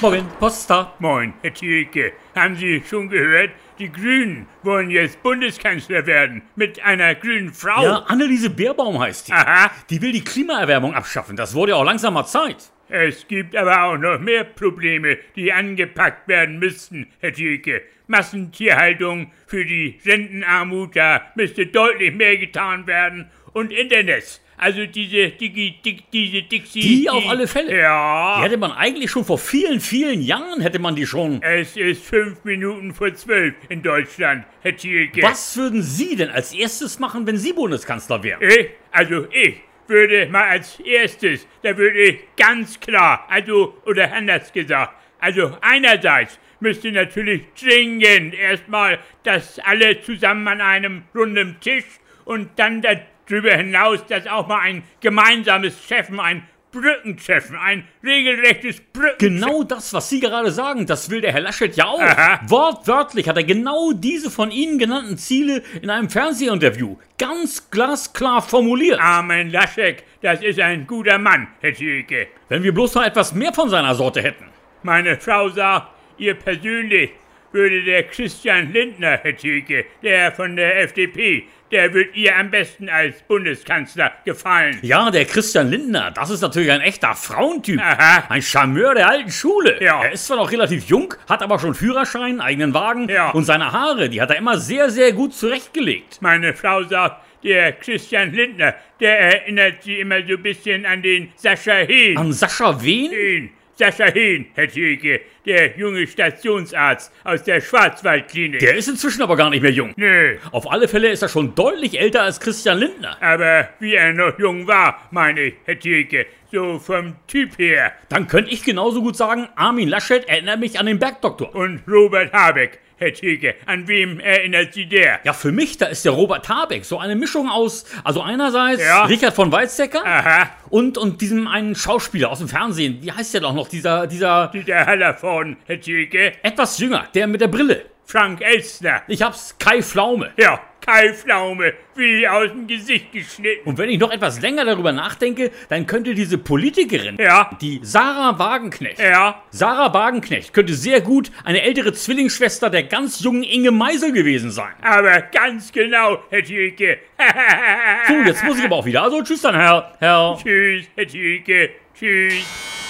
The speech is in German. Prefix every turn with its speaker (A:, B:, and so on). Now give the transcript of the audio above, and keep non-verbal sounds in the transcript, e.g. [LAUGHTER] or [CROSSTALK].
A: Morgen, Posta.
B: Moin, Herr Thielke. Haben Sie schon gehört? Die Grünen wollen jetzt Bundeskanzler werden. Mit einer grünen Frau.
A: Ja, Anneliese Beerbaum heißt die.
B: Aha.
A: Die will die Klimaerwärmung abschaffen. Das wurde ja auch langsam mal Zeit.
B: Es gibt aber auch noch mehr Probleme, die angepackt werden müssten, Herr Thielke. Massentierhaltung für die Rentenarmut, da müsste deutlich mehr getan werden. Und Internet. Also diese Digi, Dig, diese Dixie.
A: Die auf alle Fälle. Die
B: Ja.
A: hätte man eigentlich schon vor vielen, vielen Jahren hätte man die schon.
B: Es ist fünf Minuten vor zwölf in Deutschland, Herr Thielke.
A: Was würden Sie denn als erstes machen, wenn Sie Bundeskanzler wären?
B: Ich, also ich würde mal als erstes, da würde ich ganz klar, also oder anders gesagt, also einerseits müsste natürlich dringend erstmal, dass alle zusammen an einem runden Tisch und dann darüber hinaus, dass auch mal ein gemeinsames Treffen, ein Brückentreffen, ein regelrechtes Brückentreffen.
A: Genau das, was Sie gerade sagen, das will der Herr Laschet ja auch.
B: Aha.
A: Wortwörtlich hat er genau diese von Ihnen genannten Ziele in einem Fernsehinterview ganz glasklar formuliert.
B: Armin Laschek, das ist ein guter Mann, Herr Thielke.
A: Wenn wir bloß noch etwas mehr von seiner Sorte hätten.
B: Meine Frau sagt, ihr persönlich würde der Christian Lindner, Herr Thielke, der von der FDP, der wird ihr am besten als Bundeskanzler gefallen.
A: Ja, der Christian Lindner, das ist natürlich ein echter
B: Ah.
A: Frauentyp.
B: Aha.
A: Ein Charmeur der alten Schule.
B: Ja.
A: Er ist zwar noch relativ jung, hat aber schon Führerschein, eigenen Wagen
B: Ja.
A: und seine Haare, die hat er immer sehr, sehr gut zurechtgelegt.
B: Meine Frau sagt, der Christian Lindner, der erinnert sie immer so ein bisschen an den Sascha Hehn.
A: An Sascha Wen?
B: Hehn. Sascha Hehn, Herr Thielke, der junge Stationsarzt aus der Schwarzwaldklinik.
A: Der ist inzwischen aber gar nicht mehr jung.
B: Nö,
A: Auf alle Fälle ist er schon deutlich älter als Christian Lindner.
B: aber wie er noch jung war, meine ich, Herr Thielke, so vom Typ her.
A: Dann könnte ich genauso gut sagen, Armin Laschet erinnert mich an den Bergdoktor.
B: und Robert Habeck, Herr Thielke. An wem erinnert Sie der?
A: Ja, für mich, da ist der Robert Habeck so eine Mischung aus, also einerseits
B: Ja.
A: Richard von Weizsäcker
B: Aha,
A: und, und diesem einen Schauspieler aus dem Fernsehen. Wie heißt der doch noch? Dieser, dieser
B: Dieter Hallervorden, Herr Thielke.
A: etwas jünger, der mit der Brille.
B: Frank Elstner.
A: Ich hab's Kai Pflaume.
B: Ja, Kai Pflaume, wie aus dem Gesicht geschnitten.
A: Und wenn ich noch etwas länger darüber nachdenke, dann könnte diese Politikerin,
B: Ja,
A: die Sarah Wagenknecht,
B: ja,
A: Sarah Wagenknecht könnte sehr gut eine ältere Zwillingsschwester der ganz jungen Inge Meisel gewesen sein.
B: aber ganz genau, Herr [LAUGHS] Thielke.
A: So, jetzt muss ich aber auch wieder. Also tschüss dann, Herr, Herr.
B: Tschüss, Herr Thielke. Tschüss.